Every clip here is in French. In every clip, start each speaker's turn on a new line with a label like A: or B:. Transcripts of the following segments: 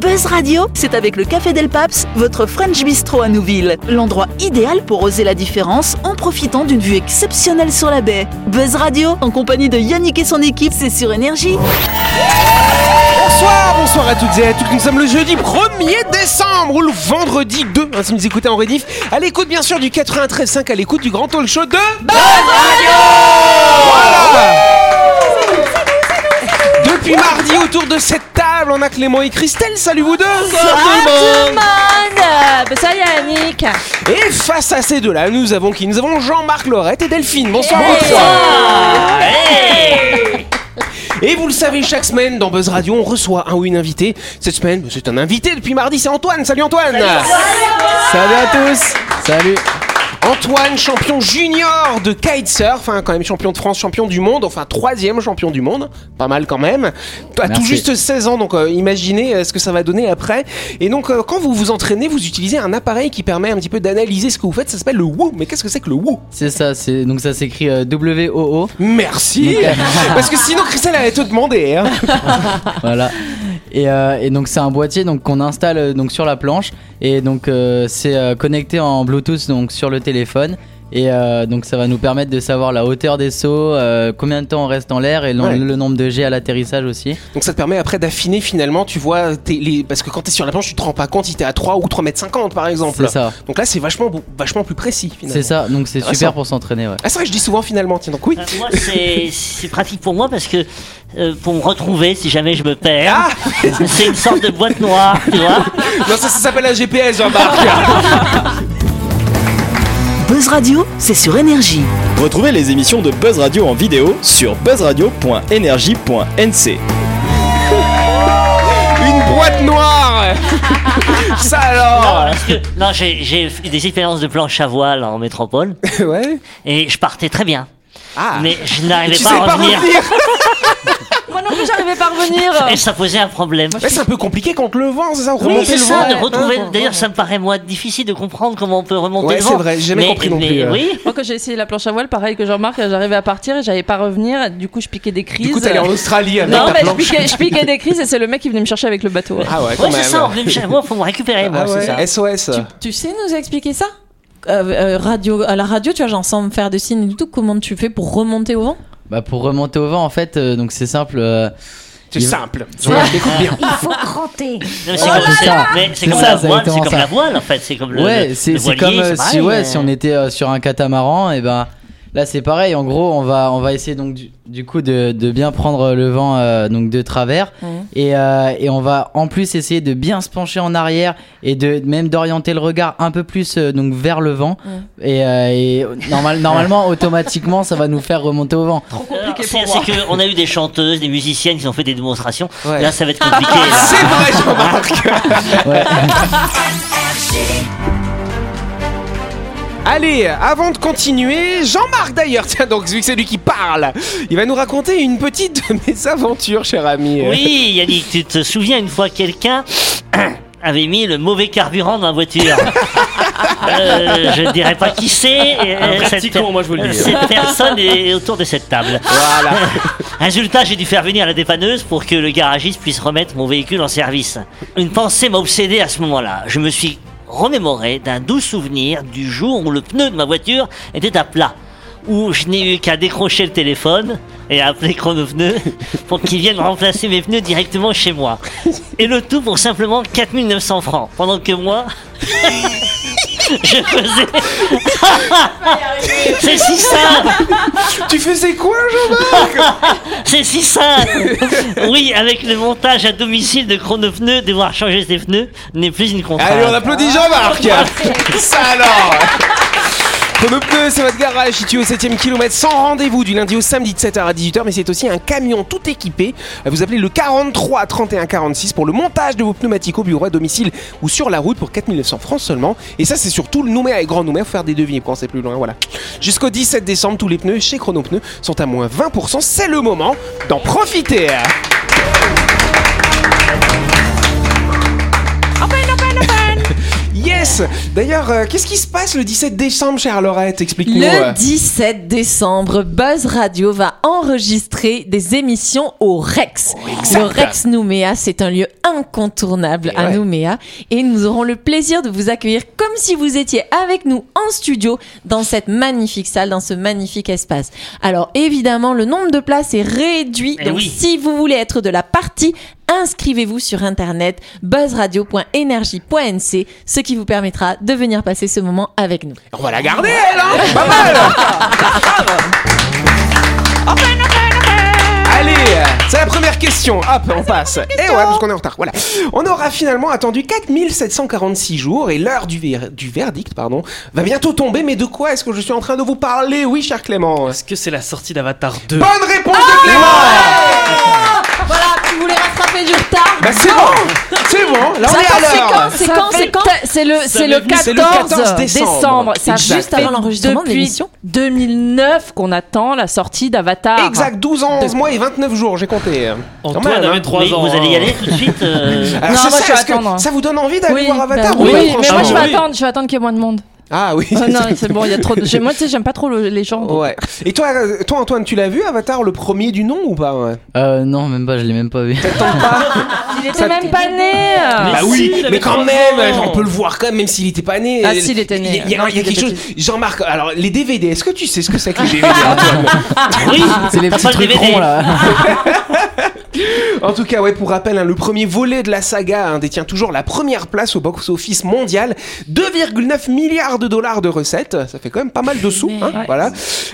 A: Buzz Radio, c'est avec le Café Del Paps, votre French Bistro à Nouville. L'endroit idéal pour oser la différence en profitant d'une vue exceptionnelle sur la baie. Buzz Radio, en compagnie de Yannick et son équipe, c'est sur Énergie.
B: Bonsoir, bonsoir à toutes et à tous. Nous sommes le jeudi 1er décembre ou le vendredi 2, hein, si vous écoutez en rediff. À l'écoute, bien sûr, du 93.5, à l'écoute du grand talk show de. Bad Radio Voilà Depuis mardi, autour de cette table, on a Clément et Christelle. Salut vous deux
C: Ah, bah, Ça y est, Yannick
B: Et face à ces deux-là, nous avons qui Nous avons Jean-Marc Laurette et Delphine. Bonsoir, bonsoir. Et vous le savez, chaque semaine dans Buzz Radio, on reçoit un ou une invitée. Cette semaine, c'est un invité depuis mardi, c'est Antoine. Salut Antoine Salut à tous Salut Antoine, champion junior de kitesurf, hein, quand même champion de France, champion du monde, enfin troisième champion du monde, pas mal quand même. À tout
D: Merci.
B: juste 16 ans, donc euh, imaginez euh, ce que ça va donner après. Et donc euh, quand vous vous entraînez, vous utilisez un appareil qui permet un petit peu d'analyser ce que vous faites, ça s'appelle le WOO. Mais qu'est-ce que c'est que le WOO
D: C'est ça, c'est donc ça s'écrit euh, W O O.
B: Merci Parce que sinon Christelle allait te demander. hein.
D: Voilà. Et, euh, et donc c'est un boîtier donc qu'on installe euh, donc sur la planche et donc euh, c'est euh, connecté en Bluetooth donc sur le téléphone et euh, donc ça va nous permettre de savoir la hauteur des sauts, euh, combien de temps on reste en l'air et le-
B: Ouais.
D: le nombre de jets à l'atterrissage aussi.
B: Donc ça te permet après d'affiner finalement, tu vois, tes- les... parce que quand t'es sur la planche, tu te rends pas compte si t'es à 3 ou 3 mètres 50 par exemple.
D: C'est ça.
B: Donc là, c'est vachement, beau- vachement plus précis finalement.
D: C'est ça, donc c'est
B: Intéressant.
D: super pour s'entraîner ouais.
B: Ah, c'est vrai, que je dis souvent finalement, tiens donc oui.
E: Bah, Moi, c'est c'est pratique pour moi parce que euh, pour me retrouver si jamais je me perds,
B: Ah
E: c'est une sorte de boîte noire, tu vois.
B: Non, ça, ça s'appelle un GPS, Jean-Marc.
A: Buzz Radio, c'est sur Énergie.
F: Retrouvez les émissions de Buzz Radio en vidéo sur buzzradio.energie.nc.
B: Une boîte noire Ça
E: Non,
B: alors
E: parce que non, j'ai j'ai fait des expériences de planche à voile en métropole
B: Ouais.
E: et je partais très bien,
B: Ah
E: mais je
B: Tu
E: n'arrivais
B: sais
E: pas à
B: pas
E: revenir.
B: revenir
C: Moi non plus, j'arrivais pas à revenir
E: Et ça posait un problème.
B: Ouais, C'est un peu compliqué contre le vent, c'est ça
E: Oui,
B: remonter
E: c'est
B: le
E: ça,
B: vent. Ah,
E: de retrouver. D'ailleurs, ça me paraît moi difficile de comprendre comment on peut remonter
B: Ouais,
E: le
B: c'est
E: vent.
B: vrai, j'ai jamais
E: Mais-
B: compris non
E: mais
B: plus, euh.
E: Oui,
C: Moi, quand j'ai essayé la planche à voile, pareil que Jean-Marc, j'arrivais à partir et j'avais pas à revenir. Du coup, je piquais des crises.
B: Du coup, t'allais en Australie euh, avec
C: non,
B: ta
C: mais je
B: planche.
C: piquais, je piquais des crises et c'est le mec qui venait me chercher avec le bateau.
B: Ah ouais, quand
E: ouais, c'est
B: même.
E: ça. On venait me chercher. Moi, faut me récupérer. Moi,
B: Ah
E: c'est ça.
B: ouais, SOS.
G: Tu sais nous expliquer ça Euh, euh, radio, à la radio, tu vois, genre sans me faire de signes et tout, comment tu fais pour remonter au vent
D: Bah pour remonter au vent en fait euh, donc c'est simple euh,
B: C'est
D: Il-
B: simple. Jean-Marc, écoute bien.
E: Non, mais c'est comme, c'est- mais c'est
D: C'est
E: comme
D: ça,
E: la
D: c'est
E: voile, c'est
D: exactement
E: comme
D: ça.
E: la voile en fait, c'est comme le,
D: ouais,
E: le-
D: c'est
E: le
D: c'est
E: voilier,
D: comme euh,
E: c'est
D: si
E: pareil,
D: ouais,
E: mais-
D: si on était euh, sur un catamaran, et ben là c'est pareil. En gros, on va on va essayer donc du, du coup de, de bien prendre le vent euh, donc de travers
E: Mmh.
D: et, euh, et on va en plus essayer de bien se pencher en arrière et de même d'orienter le regard un peu plus euh, donc vers le vent
E: Mmh.
D: et, euh, et normal, normalement automatiquement ça va nous faire remonter au vent.
E: Alors,
C: compliqué
E: C'est
C: pour moi.
E: c'est que on a eu des chanteuses, des musiciennes qui ont fait des démonstrations.
B: Ouais.
E: Là, ça va être compliqué.
C: Ah,
E: là.
B: C'est vrai, Jean-Marc.
D: Ouais.
B: Allez, avant de continuer, Jean-Marc d'ailleurs, tiens donc, vu que c'est lui qui parle, il va nous raconter une petite de mes aventures, cher ami.
E: Oui, Yannick, tu te souviens une fois quelqu'un avait mis le mauvais carburant dans la voiture. Euh, je ne dirais pas qui c'est. et, euh, cette, moi je vous le dis. Cette personne est autour de cette table.
B: Voilà.
E: Résultat, j'ai dû faire venir la dépanneuse pour que le garagiste puisse remettre mon véhicule en service. Une pensée m'a obsédé à ce moment-là. Je me suis remémoré d'un doux souvenir du jour où le pneu de ma voiture était à plat. Où je n'ai eu qu'à décrocher le téléphone et à appeler Chronopneu pour qu'ils viennent remplacer mes pneus directement chez moi. Et le tout pour simplement 4900 francs. Pendant que moi, je faisais. C'est si simple!
B: Tu faisais quoi, Jean-Marc
E: C'est si simple Oui, avec le montage à domicile de chronopneus, devoir changer ses pneus n'est plus une contrainte.
B: Allez, on applaudit Jean-Marc. Ça alors. Chronopneu, c'est votre garage situé au 7ème kilomètre sans rendez-vous du lundi au samedi de 7h à 18h, mais c'est aussi un camion tout équipé. Vous appelez le 43 31 46 pour le montage de vos pneumatiques au bureau à domicile ou sur la route pour 4900 francs seulement. Et ça, c'est surtout le Nouméa et Grand Nouméa, faut faire des devis quand c'est plus loin, voilà. Jusqu'au 17 décembre, tous les pneus chez Chronopneu sont à moins 20%, c'est le moment d'en profiter. Yes, passe D'ailleurs, euh, qu'est-ce qui se passe le 17 décembre, chère Laurette Explique-nous.
G: Le
B: euh.
G: 17 décembre, Buzz Radio va enregistrer des émissions au Rex. le Rex Nouméa, c'est un lieu incontournable à
B: ouais.
G: Nouméa et nous aurons le plaisir de vous accueillir comme si vous étiez avec nous en studio dans cette magnifique salle, dans ce magnifique espace. Alors évidemment, le nombre de places est réduit,
E: Eh
G: donc
E: oui.
G: si vous voulez être de la partie, inscrivez-vous sur internet buzzradio.energie.nc, ce qui vous permettra de venir passer ce moment avec nous.
B: On va la garder, elle, hein Pas mal Allez, c'est la première question. Hop, on passe. Eh ouais, parce qu'on est en retard. Voilà. On aura finalement attendu 4746 jours et l'heure du, ver- du verdict, pardon, va bientôt tomber. Mais de quoi est-ce que je suis en train de vous parler Oui, cher Clément.
H: Est-ce que c'est la sortie d'Avatar 2
B: Bonne réponse de Clément
G: Voilà, tu voulais rattraper du retard.
B: Bah c'est bon C'est bon, là on
G: Attends,
B: est à
G: c'est
B: l'heure
G: quand C'est quand C'est quand
I: C'est le,
H: Ça
I: c'est le
H: m'est venu,
I: 14,
B: c'est le 14 décembre.
I: Ça
B: Exact.
I: juste
G: Avant l'enregistrement de
I: depuis
G: l'émission
I: 2009 qu'on attend la sortie d'Avatar.
B: Exact, 12 ans, 11 mois et 29 jours, j'ai compté. Quand
H: Antoine
B: même, hein.
H: avait 3
E: Oui,
H: ans.
E: vous allez y
H: hein.
E: aller tout de suite euh,
B: Alors
I: Non,
B: c'est ça,
I: moi, je vais
B: est-ce que
I: attendre. hein.
B: ça vous donne envie d'aller
I: Oui,
B: voir Avatar
I: bah oui,
B: ou pas,
I: mais moi je vais
B: franchement
H: oui.
I: attendre, je vais attendre qu'il y ait moins de monde.
B: Ah oui
I: Oh non, c'est bon, il y a trop de. j'ai- Moi, tu sais, j'aime pas trop le- les gens. donc-
B: Ouais. Et toi, euh, toi Antoine, tu l'as vu Avatar, le premier du nom ou pas ouais
D: Euh, non, même pas, je l'ai même pas vu.
B: T'attends pas
I: Il était même pas né.
H: Mais
B: Bah oui,
H: si, il
B: mais
H: avait
B: quand
H: trois
B: même,
H: ans.
B: on peut le voir quand même, même s'il était pas né.
I: Ah,
B: Euh,
I: s'il était né.
B: Il y a- il y a,
I: Non,
B: il y a
I: il
B: quelque
I: était
B: chose. Jean-Marc, alors les DVD, est-ce que tu sais ce que c'est que les DVD Antoine
E: Oui,
D: C'est les
E: t'as
D: petits
E: pas le
D: trucs
E: DVD.
D: ronds là.
B: En tout cas, ouais, pour rappel, hein, le premier volet de la saga hein, détient toujours la première place au box-office mondial. 2,9 milliards de dollars de recettes, ça fait quand même pas mal de sous. hein, voilà.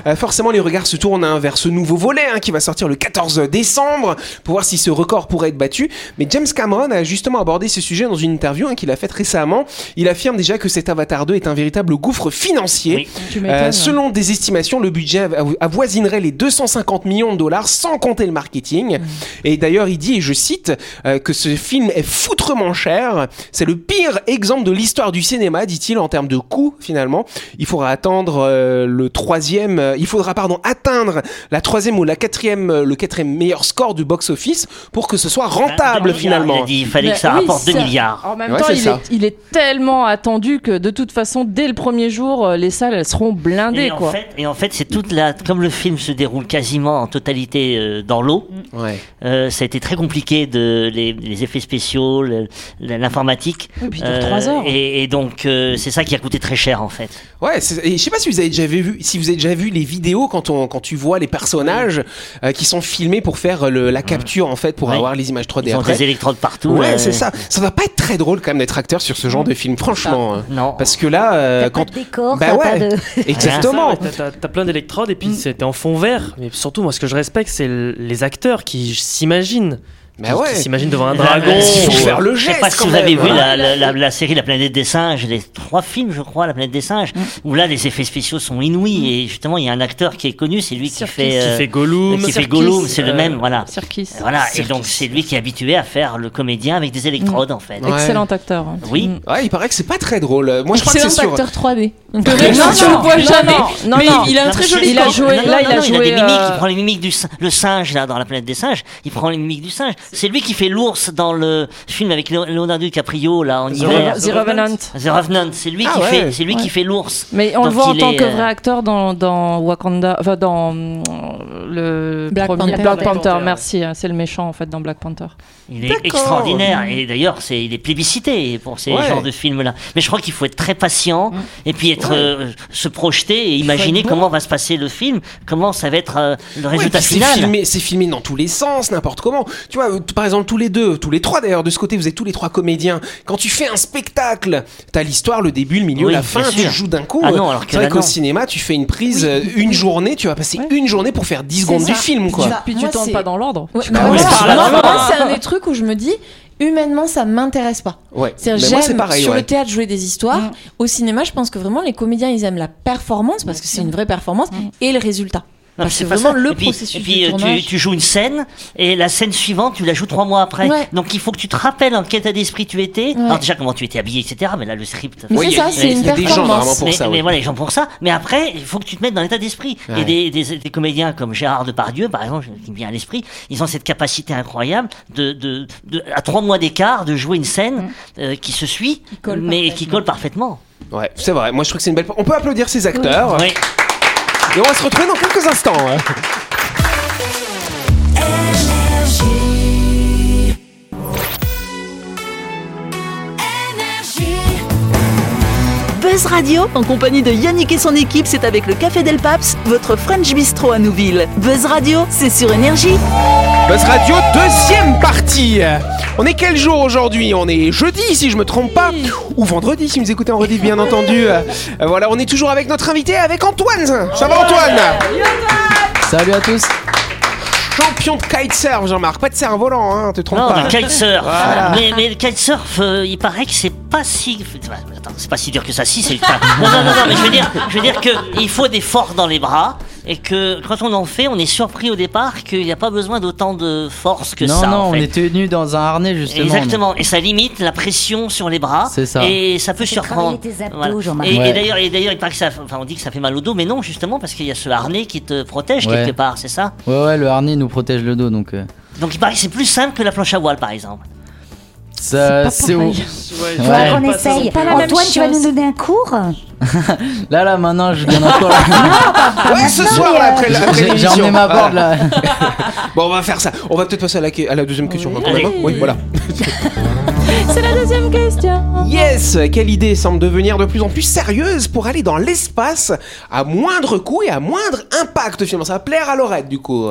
B: Euh, forcément, les regards se tournent hein, vers ce nouveau volet hein, qui va sortir le 14 décembre pour voir si ce record pourrait être battu. Mais James Cameron a justement abordé ce sujet dans une interview hein, qu'il a faite récemment. Il affirme déjà que cet Avatar 2 est un véritable gouffre financier.
E: Oui.
I: Tu
B: Euh,
I: m'étonnes.
B: selon des estimations, le budget avo- avoisinerait les 250 millions de dollars sans compter le marketing. Et d'ailleurs, il dit, et je cite, euh, que ce film est foutrement cher. C'est le pire exemple de l'histoire du cinéma, dit-il, en termes de coût finalement. Il faudra attendre euh, le troisième. euh, il faudra pardon atteindre la troisième ou la quatrième, euh, le quatrième meilleur score du box-office pour que ce soit rentable
E: Bah, Il a- Il
B: finalement.
E: a dit, il fallait que ça
I: Mais oui,
E: rapporte 2
I: ça-
E: milliards.
I: En même
B: Ouais,
I: temps,
B: c'est
I: il
B: ça.
I: est, il est tellement attendu que de toute façon, dès le premier jour, euh, les salles elles seront blindées
E: Et en,
I: quoi.
E: fait, et en fait, c'est toute la. Comme le film se déroule quasiment en totalité euh, dans l'eau,
I: Mm.
B: Ouais.
E: euh, ça a été très compliqué de les, les effets spéciaux, le- le- l'informatique. Euh,
I: Oui, puis il dure trois heures.
E: Et, et donc, euh, c'est ça qui a coûté très cher en fait.
B: Ouais, c'est- et je sais pas si vous avez déjà vu, si vous avez déjà vu les vidéos quand on, quand tu vois les personnages euh, qui sont filmés pour faire euh, le, la capture en fait pour
E: Ouais.
B: avoir les images 3D
E: Ils ont
B: après.
E: des électrodes partout.
B: Ouais,
E: euh,
B: c'est ça. Ça va pas être très drôle quand même d'être acteur sur ce genre de film, franchement. hein.
E: Non.
B: Parce que là, euh, quand
J: décor,
B: bah
J: t'as pas
B: ouais,
J: de-
B: exactement. Mm.
H: C'est Ah, ça, ouais, t'as- T'as t'as plein d'électrodes et puis c'était en fond vert. Mais surtout, moi, ce que je respecte, c'est le- les acteurs qui s'imaginent.
B: Bah
H: Qui-
B: ouais.
H: Qui s'imaginent devant un
E: Là,
H: dragon.
E: là,
H: euh,
B: Il faut
E: Ouais.
B: faire le
E: Je sais
B: geste.
E: pas si
B: quand
E: vous
B: même,
E: avez vu
B: hein.
E: la, la- la- la série La Planète des Singes, les trois films, je crois, La Planète des Singes,
B: Mm.
E: où là les effets spéciaux sont inouïs et justement il y a un acteur qui est connu, c'est lui qui
I: Circus.
E: fait,
H: Qui
E: euh,
H: fait Gollum.
E: qui fait
I: Circus,
E: Gollum, c'est le
H: euh,
E: même, voilà.
I: Circus.
E: Voilà, et
H: Circus.
E: donc c'est lui qui est habitué à faire le comédien avec des électrodes en fait.
B: Mm. Ouais.
I: Excellent acteur. hein.
E: Oui.
I: Mm.
B: Ouais, il paraît que c'est pas très drôle. Moi, je crois que c'est
G: Excellent
B: sur.
G: acteur 3D.
I: Non,
G: tu le
I: non,
G: vois
I: non,
G: jamais.
I: non, non,
G: mais
I: non.
G: il a un
E: Non,
G: très
E: mais
G: joli
E: c'est-
I: il a
G: corps.
I: joué-
E: non,
I: là, il
E: non,
I: a
E: non,
I: joué,
E: des mimiques,
I: euh,
E: il prend les mimiques du sin- le singe là dans la planète des singes, il prend les mimiques du singe. C'est lui qui fait l'ours dans le film avec Léo- Leonardo DiCaprio là en hiver.
I: The Revenant.
E: The Revenant, c'est lui
B: Ah
E: qui
B: ouais.
E: fait c'est lui
I: Ouais.
E: qui fait l'ours.
I: Mais on
E: Donc
I: le voit en
E: il
I: tant
E: est,
I: que
E: euh,
I: vrai acteur dans, dans Wakanda, enfin dans hum, le
G: Black
I: premier-
G: Panther.
I: Black Panther,
H: Panther,
I: merci, hein, c'est le méchant en fait dans Black Panther.
E: Il est extraordinaire et d'ailleurs c'est il est plébiscité pour ces
B: Ouais.
E: genres de films là. Mais je crois qu'il faut être très patient et puis être euh, se projeter et imaginer comment va se passer le film, comment ça va être euh, le
B: Ouais,
E: résultat
B: puis c'est
E: final.
B: filmé- C'est filmé dans tous les sens, n'importe comment. Tu vois, t- par exemple, tous les deux, tous les trois d'ailleurs, de ce côté, vous êtes tous les trois comédiens. Quand tu fais un spectacle, t'as l'histoire, le début, le milieu,
E: Oui,
B: la
E: bien
B: fin, tu
E: sûr.
B: joues d'un coup.
E: Ah non, alors que
B: c'est vrai
E: là,
B: qu'au
E: non.
B: cinéma, tu fais une prise, euh, une journée, tu vas passer une journée pour faire 10 secondes du film, quoi.
G: ça.
I: Puis tu
G: Bah, Moi,
I: tournes
G: c'est-
I: pas dans l'ordre.
G: Ouais,
B: Ah
G: mais
B: ouais,
G: moi,
B: c'est pas
G: moi,
B: normal.
G: moi, c'est un des trucs où je me dis, humainement, ça m'intéresse pas.
B: Ouais.
G: C'est-à-dire,
B: Mais moi, c'est
G: J'aime
B: pareil,
G: sur
B: ouais.
G: le théâtre jouer des histoires.
I: Mm. Mm.
G: Au cinéma, je pense que vraiment les comédiens, ils aiment la performance parce que c'est une vraie performance et le résultat.
E: Non,
G: Parce
E: c'est
G: que
E: pas
G: vraiment,
E: ça.
G: le
E: et puis,
G: processus
E: et puis,
G: du
E: euh,
G: tournage-
E: Tu, tu joues une scène et la scène suivante, tu la joues trois mois après.
G: Ouais.
E: Donc il faut que tu te rappelles en quel état d'esprit tu étais.
G: Ouais.
E: Alors déjà comment tu étais habillé, etc. Mais là le script.
G: Mais
B: Oui, il
G: c'est
B: y a-
G: ça, c'est
E: il y a
G: une
B: des gens, normalement,
G: performance.
B: pour
E: mais,
B: ça,
E: mais
B: oui.
E: voilà, les gens pour ça. Mais après, il faut que tu te mettes dans l'état d'esprit.
B: Ouais.
E: Et des, des- des comédiens comme Gérard Depardieu, par exemple, qui me vient à l'esprit, ils ont cette capacité incroyable de, de, de- à trois mois d'écart, de jouer une scène euh, qui se suit,
G: colle
E: mais qui colle parfaitement.
B: Ouais, c'est vrai. Moi, je trouve que c'est une belle. On peut applaudir ces acteurs.
E: Oui.
B: Et on va se retrouver dans quelques instants. hein.
A: Buzz Radio, en compagnie de Yannick et son équipe, c'est avec le Café Del Paps, votre French Bistro à Nouville. Buzz Radio, c'est sur Énergie.
B: Buzz Radio, deuxième partie. On est quel jour aujourd'hui On est jeudi, si je me trompe pas. Ou vendredi, si vous écoutez en rediff, bien entendu. Euh, voilà, on est toujours avec notre invité, avec Antoine. Ça va, Antoine
D: Salut à tous.
B: Champion de kitesurf, Jean-Marc. Pas de cerf-volant, hein, te trompe
E: Non,
B: pas.
E: le kitesurf.
B: Voilà.
E: Mais, mais le kitesurf, euh, il paraît que c'est pas si. Enfin, Attends, c'est pas si dur que ça. Si, c'est. enfin, Non, non, non, non, mais je veux dire, je veux dire que il faut des forces dans les bras et que quand on en fait, on est surpris au départ qu'il n'y a pas besoin d'autant de force que
D: non,
E: ça.
D: non,
E: en
D: on
E: fait.
D: est tenu dans un harnais justement.
E: Exactement, et ça limite la pression sur les bras.
D: C'est ça.
E: Et ça peut
J: C'est
E: surprendre.
J: travailler tes abdos,
E: Voilà.
J: Jean-Marc.
E: Et, et
D: Ouais.
E: d'ailleurs, et d'ailleurs, il paraît que ça, enfin, on dit que ça fait mal au dos, mais non, justement, parce qu'il y a ce harnais qui te protège
D: Ouais.
E: quelque part, c'est ça.
D: Ouais, ouais, le harnais nous protège le dos donc. euh,
E: Donc il paraît que c'est plus simple que la planche à voile, par exemple.
D: ça, c'est au-
H: Ouais,
J: Faudra
D: Ouais.
J: qu'on essaye.
G: pas la même
J: Antoine, tu vas
G: chose.
J: nous donner un cours
D: Là, là, maintenant, je viens encore.
B: Ouais, ce
J: Maintenant,
B: soir,
J: mais,
B: là,
J: euh,
B: après, la- après
D: J'ai j'ai
B: l'émission.
D: emmené ma board
B: Voilà.
D: là.
B: Bon, on va faire ça. On va peut-être passer à la, à la deuxième question. hein, quand
E: Allez.
B: même, hein. Oui, voilà.
G: C'est la deuxième question.
B: Yes, quelle idée semble devenir de plus en plus sérieuse pour aller dans l'espace à moindre coût et à moindre impact finalement. Ça va plaire à Laurette du coup.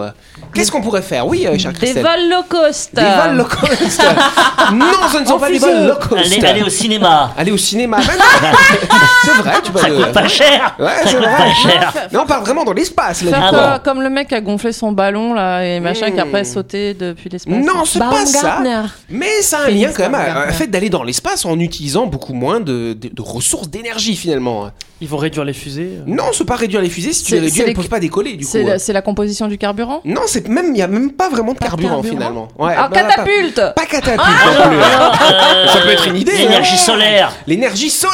B: Qu'est-ce qu'on pourrait faire Oui, euh, chère
I: Des
B: Christelle.
I: vols euh. low cost.
B: Des vols low cost. non, ce ne sont pas des vols low cost.
E: Aller, aller au cinéma,
B: Aller au cinéma. Ben non. c'est vrai, tu
E: ça
B: parles.
E: coûte pas cher.
B: Ouais, c'est
E: ça coûte
B: vrai.
E: pas cher.
B: Non, on parle vraiment dans l'espace là.
I: Faire
E: Ah
B: du coup.
I: quoi, comme le mec qui a gonflé son ballon là et machin qui après sauté depuis l'espace.
B: Mmh. Non,
G: Bah,
B: c'est pas ça.
G: Baumgartner.
B: Mais ça a un
G: Félix
B: lien quand même à-
G: Baumgartner.
B: à- au fait d'aller dans l'espace en utilisant beaucoup moins de, de- de ressources d'énergie finalement.
H: Ils vont réduire les fusées.
B: Non, c'est pas réduire les fusées. Si tu
I: C'est-
B: les réduis,
I: c'est
B: elles
I: les-
B: peuvent pas décoller du coup. Eh
I: c'est la, c'est la composition du carburant.
B: Non, c'est même il y a même pas vraiment de carburant, finalement. Ouais,
I: Ah,
B: bah, bah,
I: catapulte.
B: pas, pas catapulte.
E: Ah.
B: non plus. Ça peut être une idée,
E: euh, L'énergie
B: hein.
E: solaire.
B: L'énergie solaire.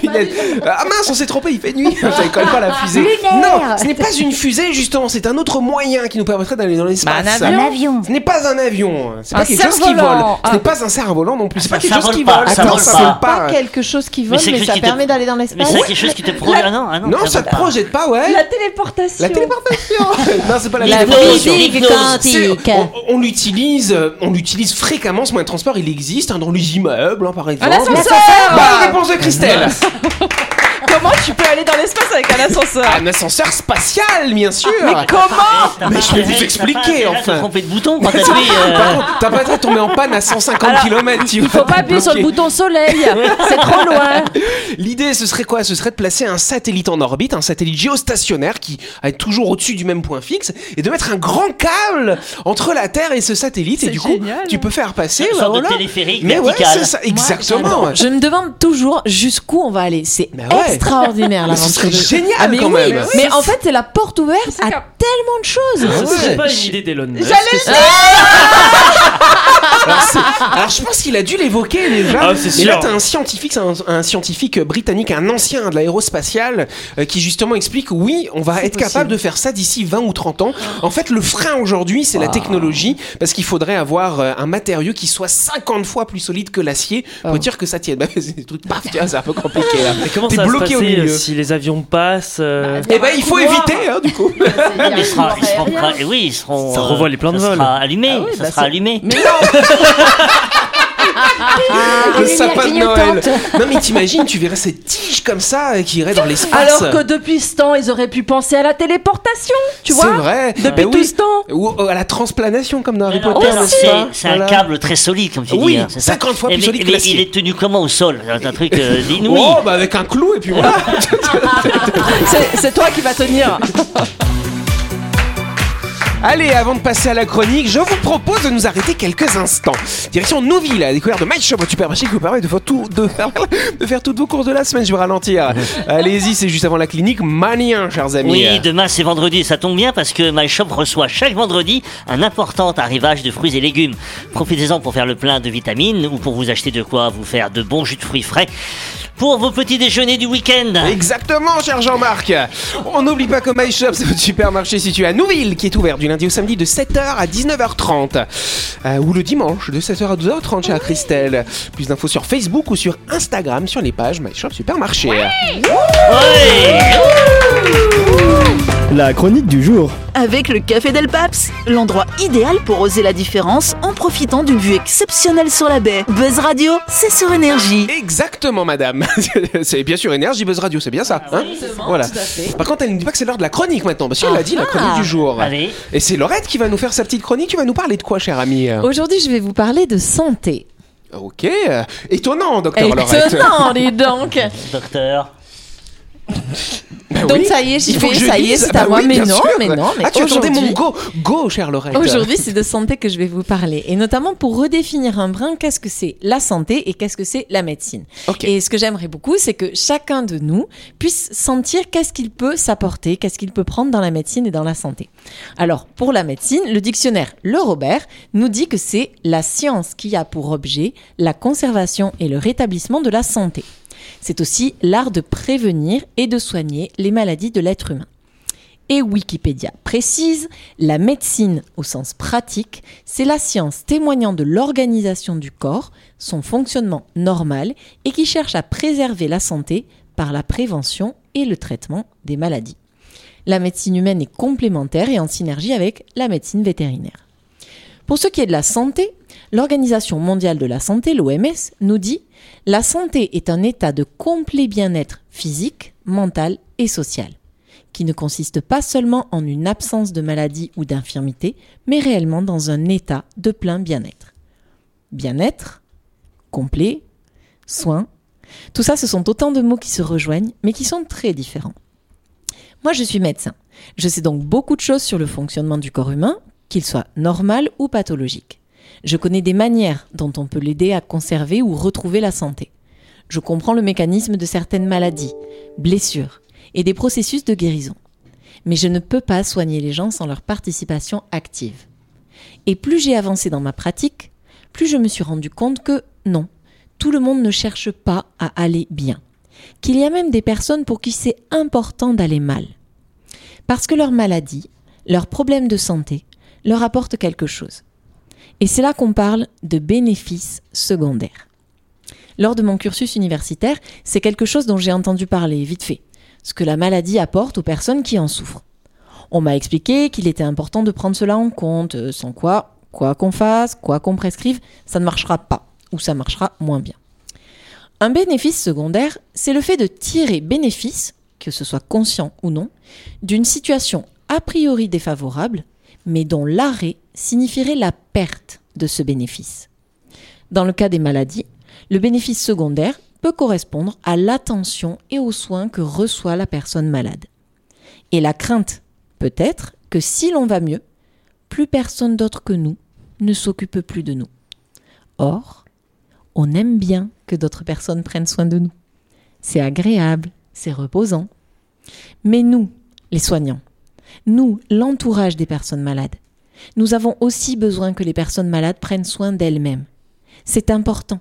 B: Punaise. ah mince, on s'est trompé, il fait nuit. Ça colle pas la fusée.
J: Lunaire.
B: Non, ce n'est pas une fusée justement, c'est un autre moyen qui nous permettrait d'aller dans l'espace.
I: Bah, un
J: Un avion.
B: Ce n'est pas un avion, c'est pas
I: Un
B: quelque chose qui vole.
I: cerf-volant.
B: Ce n'est
I: Ah.
B: pas un cerf-volant non plus, c'est
E: Ça-
B: pas quelque
E: ça
B: chose
E: vole
B: qui
E: pas,
B: vole.
E: ça
B: Non,
E: vole
B: ça
E: pas.
B: vole
G: Pas euh,
B: pas.
G: quelque chose qui
E: Mais
G: vole,
E: c'est
G: mais,
E: juste
G: ça
E: qu'il te-
G: permet d'aller dans
E: Mais
G: l'espace.
E: c'est quelque chose qui te produit. Ah non, ah non,
B: Ah Non, ça
E: va
B: te
E: pas.
B: projette pas, ouais.
G: La téléportation.
B: La téléportation. Non, c'est pas la
E: La
B: téléportation.
E: musique
G: L'hypnose quantique.
B: C'est- On, on l'utilise, euh, on l'utilise fréquemment. Ce moyen de transport, il existe hein, dans les immeubles, hein, par exemple.
I: l'ascenseur
B: Bonne réponse de Christelle.
I: Comment tu peux aller dans l'espace avec un ascenseur
B: Un ascenseur spatial, bien sûr.
I: Ah, Comment
E: T'as
B: Mais
E: pas
B: je vais
E: intérêt-
B: vous expliquer,
E: t'as pas intérêt à
B: enfin.
E: te tromper de bouton quand t'appuies. euh,
B: Par contre, t'as pas intérêt à tomber en panne à 150
I: Alors,
B: km.
I: Il faut pas appuyer sur le bouton soleil. c'est trop loin.
B: L'idée, ce serait quoi Ce serait de placer un satellite en orbite, un satellite géostationnaire qui est toujours au-dessus du même point fixe, et de mettre un grand câble entre la Terre et ce satellite. Et du coup,
I: génial.
B: tu peux faire passer.
E: Une
B: bah,
E: sorte de
B: voilà.
E: téléphérique
B: Mais ouais,
E: vertical.
B: c'est ça, exactement.
G: Je me demande toujours jusqu'où on va aller. C'est
B: Mais ouais.
G: extraordinaire
B: Mais ce
G: l'aventure.
B: serait
G: de-
B: génial
G: Ah, mais
B: quand
G: oui,
B: même.
G: Mais en fait, c'est la porte ouverte à tellement de choses.
B: Ah ouais.
H: C'est pas une idée d'Elon Musk.
B: Alors, Ah, c'est- alors, je pense qu'il a dû l'évoquer déjà.
H: Ah, c'est
B: Mais
H: sûr.
B: là, t'as un scientifique, c'est un, un scientifique britannique, un ancien de l'aérospatiale, euh, qui justement explique oui, on va être capable de faire ça d'ici 20 ou 30 ans. En fait, le frein aujourd'hui, c'est la technologie, parce qu'il faudrait avoir euh, un matériau qui soit 50 fois plus solide que l'acier pour dire que ça tienne. Bah, c'est des trucs, paf, tiens, c'est un peu compliqué là.
H: Mais comment
B: T'es
H: ça va se
B: bloqué au
H: passer, euh,
B: milieu.
H: si les avions passent euh,
B: Eh ben, il faut éviter, hein, du coup.
E: Ils seront, ils seront pas- eh oui, ils seront.
H: Ça revoit les plans de
E: ça
H: vol.
E: Sera allumé,
B: Ah
E: ça
B: bah
E: sera allumé.
I: Ah,
B: le
J: lumière
B: sapin de Noël.
J: clignotante.
B: Non, mais t'imagines, tu verrais cette tige comme ça euh, qui irait dans l'espace.
I: Alors que depuis ce temps, ils auraient pu penser à la téléportation. Tu vois
B: C'est vrai.
I: Depuis
B: Eh
I: tout
B: oui.
I: ce temps.
B: Ou euh, à la transplanation comme dans Harry
E: Alors,
B: Potter,
E: alors,
B: n'est-ce
E: c'est
B: pas
E: c'est
B: Voilà.
E: un câble très solide, comme tu
B: Oui,
E: dis. hein, c'est ça.
B: 50 fois
E: Eh,
B: plus
E: mais-
B: solide que
E: mais
B: l'acier.
E: il est tenu comment au sol C'est un truc euh, d'inouï.
B: Oh, bah avec un clou et puis voilà.
I: C'est toi qui vas tenir.
B: Allez, avant de passer à la chronique, je vous propose de nous arrêter quelques instants. Direction Nouville, à la découverte de MyShop, votre supermarché qui vous permet de faire, tout, de, de faire toutes vos courses de la semaine. Je vais ralentir. Allez-y, c'est juste avant la clinique. Manien, chers amis.
E: Oui, demain c'est vendredi, ça tombe bien parce que My Shop reçoit chaque vendredi un important arrivage de fruits et légumes. Profitez-en pour faire le plein de vitamines ou pour vous acheter de quoi vous faire de bons jus de fruits frais pour vos petits déjeuners du week-end.
B: Exactement, cher Jean-Marc. On n'oublie pas que MyShop, c'est votre supermarché situé à Nouville, qui est ouvert du lundi au samedi de 7h à 19h30. Euh, ou le dimanche de 7h à 12h30, chère Christelle. Plus d'infos sur Facebook ou sur Instagram, sur les pages MyShop Supermarché.
E: Ouais.
F: La chronique du jour.
A: Avec le Café Del Paps, l'endroit idéal pour oser la différence en profitant d'une vue exceptionnelle sur la baie. Buzz Radio, c'est sur énergie.
B: Exactement, madame. c'est bien sûr Énergie Buzz Radio, c'est bien ça. hein voilà. Par contre, elle ne dit pas que c'est l'heure de la chronique maintenant, parce qu'elle a dit la chronique du jour.
E: Allez.
B: Et c'est Laurette qui va nous faire sa petite chronique. Tu vas nous parler de quoi, cher ami
G: Aujourd'hui, je vais vous parler de santé.
B: Ok. euh, Étonnant, docteur Laurette.
G: Étonnant, dis donc.
E: Docteur.
B: Bah
G: Donc
B: oui.
G: ça y est, j'y
B: Il faut
G: vais,
B: que je
G: ça y est,
B: dise.
G: c'est
B: Bah
G: à moi.
B: oui,
G: mais
B: bien
G: non,
B: sûr.
G: mais non, mais
B: Ah, tu attendais mon
G: aujourd'hui-
B: go Go, chère Laurette
G: Aujourd'hui, c'est de santé que je vais vous parler. Et notamment pour redéfinir un brin, qu'est-ce que c'est la santé et qu'est-ce que c'est la médecine.
B: Ok.
G: Et ce que j'aimerais beaucoup, c'est que chacun de nous puisse sentir qu'est-ce qu'il peut s'apporter, qu'est-ce qu'il peut prendre dans la médecine et dans la santé. Alors, pour la médecine, le dictionnaire Le Robert nous dit que c'est la science qui a pour objet la conservation et le rétablissement de la santé. C'est aussi l'art de prévenir et de soigner les maladies de l'être humain. Et Wikipédia précise, la médecine au sens pratique, c'est la science témoignant de l'organisation du corps, son fonctionnement normal et qui cherche à préserver la santé par la prévention et le traitement des maladies. La médecine humaine est complémentaire et en synergie avec la médecine vétérinaire. Pour ce qui est de la santé, l'Organisation mondiale de la santé, l'OMS, nous dit La santé est un état de complet bien-être physique, mental et social qui ne consiste pas seulement en une absence de maladie ou d'infirmité, mais réellement dans un état de plein bien-être. Bien-être, complet, soin, tout ça ce sont autant de mots qui se rejoignent, mais qui sont très différents. Moi je suis médecin, je sais donc beaucoup de choses sur le fonctionnement du corps humain, qu'il soit normal ou pathologique. Je connais des manières dont on peut l'aider à conserver ou retrouver la santé. Je comprends le mécanisme de certaines maladies, blessures et des processus de guérison. Mais je ne peux pas soigner les gens sans leur participation active. Et plus j'ai avancé dans ma pratique, plus je me suis rendu compte que non, tout le monde ne cherche pas à aller bien. Qu'il y a même des personnes pour qui c'est important d'aller mal. Parce que leur maladie, leurs problèmes de santé, leur apportent quelque chose. Et c'est là qu'on parle de bénéfices secondaires. Lors de mon cursus universitaire, c'est quelque chose dont j'ai entendu parler vite fait ce que la maladie apporte aux personnes qui en souffrent. On m'a expliqué qu'il était important de prendre cela en compte, euh, sans quoi, quoi qu'on fasse, quoi qu'on prescrive, ça ne marchera pas, ou ça marchera moins bien. Un bénéfice secondaire, c'est le fait de tirer bénéfice, que ce soit conscient ou non, d'une situation a priori défavorable, mais dont l'arrêt signifierait la perte de ce bénéfice. Dans le cas des maladies, le bénéfice secondaire peut correspondre à l'attention et aux soins que reçoit la personne malade. Et la crainte peut être que si l'on va mieux, plus personne d'autre que nous ne s'occupe plus de nous. Or, on aime bien que d'autres personnes prennent soin de nous. C'est agréable, c'est reposant. Mais nous, les soignants, nous, l'entourage des personnes malades, nous avons aussi besoin que les personnes malades prennent soin d'elles-mêmes. C'est important.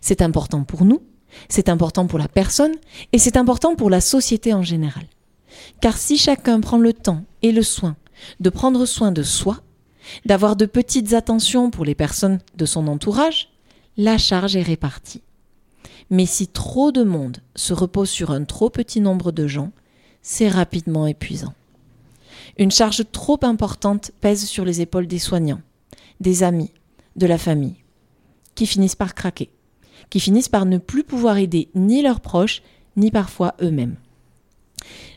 G: C'est important pour nous, c'est important pour la personne et c'est important pour la société en général. Car si chacun prend le temps et le soin de prendre soin de soi, d'avoir de petites attentions pour les personnes de son entourage, la charge est répartie. Mais si trop de monde se repose sur un trop petit nombre de gens, c'est rapidement épuisant. Une charge trop importante pèse sur les épaules des soignants, des amis, de la famille, qui finissent par craquer qui finissent par ne plus pouvoir aider ni leurs proches, ni parfois eux-mêmes.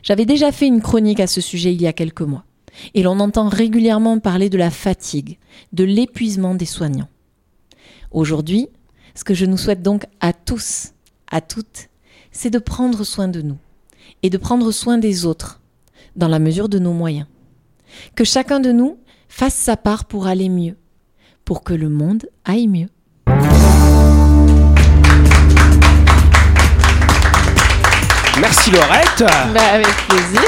G: J'avais déjà fait une chronique à ce sujet il y a quelques mois, et l'on entend régulièrement parler de la fatigue, de l'épuisement des soignants. Aujourd'hui, ce que je nous souhaite donc à tous, à toutes, c'est de prendre soin de nous, et de prendre soin des autres, dans la mesure de nos moyens. Que chacun de nous fasse sa part pour aller mieux, pour que le monde aille mieux.
B: Merci Laurette.
I: Bah, avec plaisir.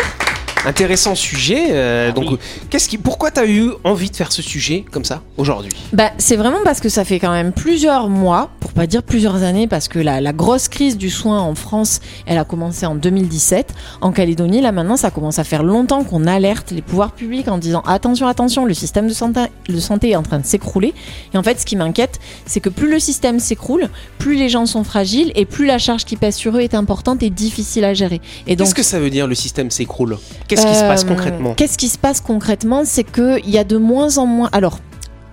B: Intéressant sujet. euh,
E: Ah
B: donc,
E: oui.
B: qu'est-ce qui, pourquoi t'as eu envie de faire ce sujet comme ça aujourd'hui
G: Bah, c'est vraiment parce que ça fait quand même plusieurs mois, pour pas dire plusieurs années, parce que la, la grosse crise du soin en France, elle a commencé en 2017. En Calédonie, là maintenant, ça commence à faire longtemps qu'on alerte les pouvoirs publics en disant attention, attention, le système de santé, de santé est en train de s'écrouler. Et en fait, ce qui m'inquiète, c'est que plus le système s'écroule, plus les gens sont fragiles et plus la charge qui pèse sur eux est importante et difficile à gérer. Et donc,
B: Qu'est-ce que ça veut dire le système s'écroule Qu'est-ce qui se passe
G: euh,
B: concrètement
G: Qu'est-ce qui se passe concrètement C'est qu'il y a de moins en moins. Alors.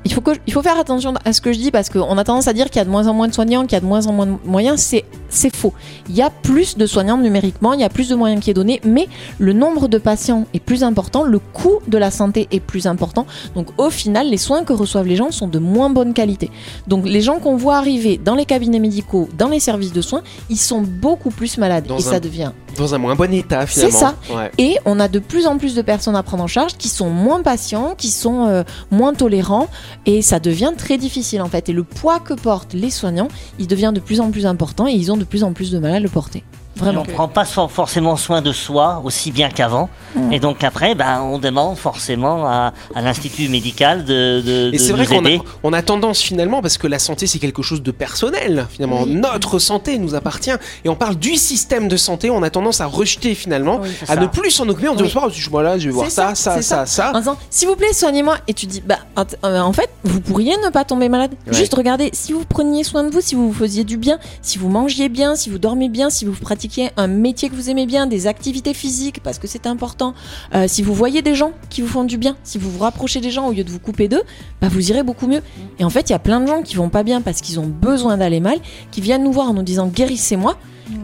G: Il faut, que, il faut faire attention à ce que je dis parce qu'on a tendance à dire qu'il y a de moins en moins de soignants, qu'il y a de moins en moins de moyens. C'est, c'est faux. Il y a plus de soignants numériquement, il y a plus de moyens qui est donné, mais le nombre de patients est plus important, le coût de la santé est plus important. Donc au final, les soins que reçoivent les gens sont de moins bonne qualité. Donc les gens qu'on voit arriver dans les cabinets médicaux, dans les services de soins, ils sont beaucoup plus malades
B: Dans
G: et
B: un-
G: ça devient
B: Dans un moins bon état
G: C'est
B: finalement. Ouais.
G: et on a de plus en plus de personnes à prendre en charge qui sont moins patients, qui sont euh, moins tolérants et ça devient très difficile en fait. Et le poids que portent les soignants, il devient de plus en plus important et ils ont de plus en plus de mal à le porter.
E: Et
G: Vraiment.
E: on prend pas so- forcément soin de soi aussi bien qu'avant. Et donc après, ben, on demande forcément à, à l'institut médical de, de,
B: Et
E: de
B: c'est
E: nous
B: vrai qu'on
E: aider.
B: a, on a tendance finalement, parce que la santé c'est quelque chose de personnel, finalement, notre santé nous appartient, et on parle du système de santé, on a tendance à rejeter finalement,
E: Oui, c'est
B: à
E: ça.
B: ne plus s'en occuper, on dit,
G: Oui.
B: oh, je- moi là, je vais voir
G: C'est
B: ça,
G: ça,
B: ça, ça,
G: c'est
B: ça.
G: En disant, s'il vous plaît, soignez-moi. Et tu dis, bah, att- euh, en fait, vous pourriez ne pas tomber malade.
B: Ouais.
G: Juste regardez, si vous preniez soin de vous, si vous vous faisiez du bien, si vous mangiez bien, si vous dormiez bien, si vous pratiquiez un métier que vous aimez bien, des activités physiques, parce que c'est important, euh, si vous voyez des gens qui vous font du bien, si vous vous rapprochez des gens au lieu de vous couper d'eux, bah, vous irez beaucoup mieux. Et en fait, il y a plein de gens qui vont pas bien parce qu'ils ont besoin d'aller mal, qui viennent nous voir en nous disant, guérissez-moi.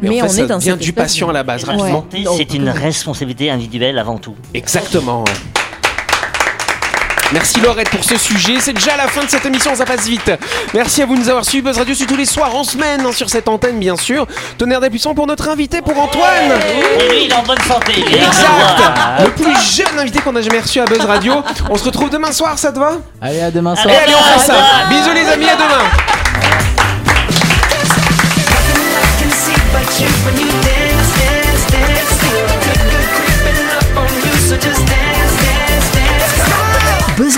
G: Mais,
B: en fait,
G: on
B: ça
G: est dans
B: vient
G: cette
B: du
G: espèce de-
B: patient à la base,
E: Et la
B: rapidement.
E: santé, C'est une responsabilité individuelle avant tout.
B: Exactement. ouais. Merci Laurette pour ce sujet. C'est déjà la fin de cette émission, ça passe vite. Merci à vous de nous avoir suivis. Buzz Radio, c'est tous les soirs en semaine hein, sur cette antenne, bien sûr. Tonnerre des puissants pour notre invité, pour Antoine.
E: Et lui, il est en bonne santé. il est
B: Exact.
E: en
B: Le plus jeune invité qu'on a jamais reçu à Buzz Radio. On se retrouve demain soir, ça te va
D: Allez, à demain soir.
B: Et allez, on fait ça. Bisous les amis, à demain.
A: Buzz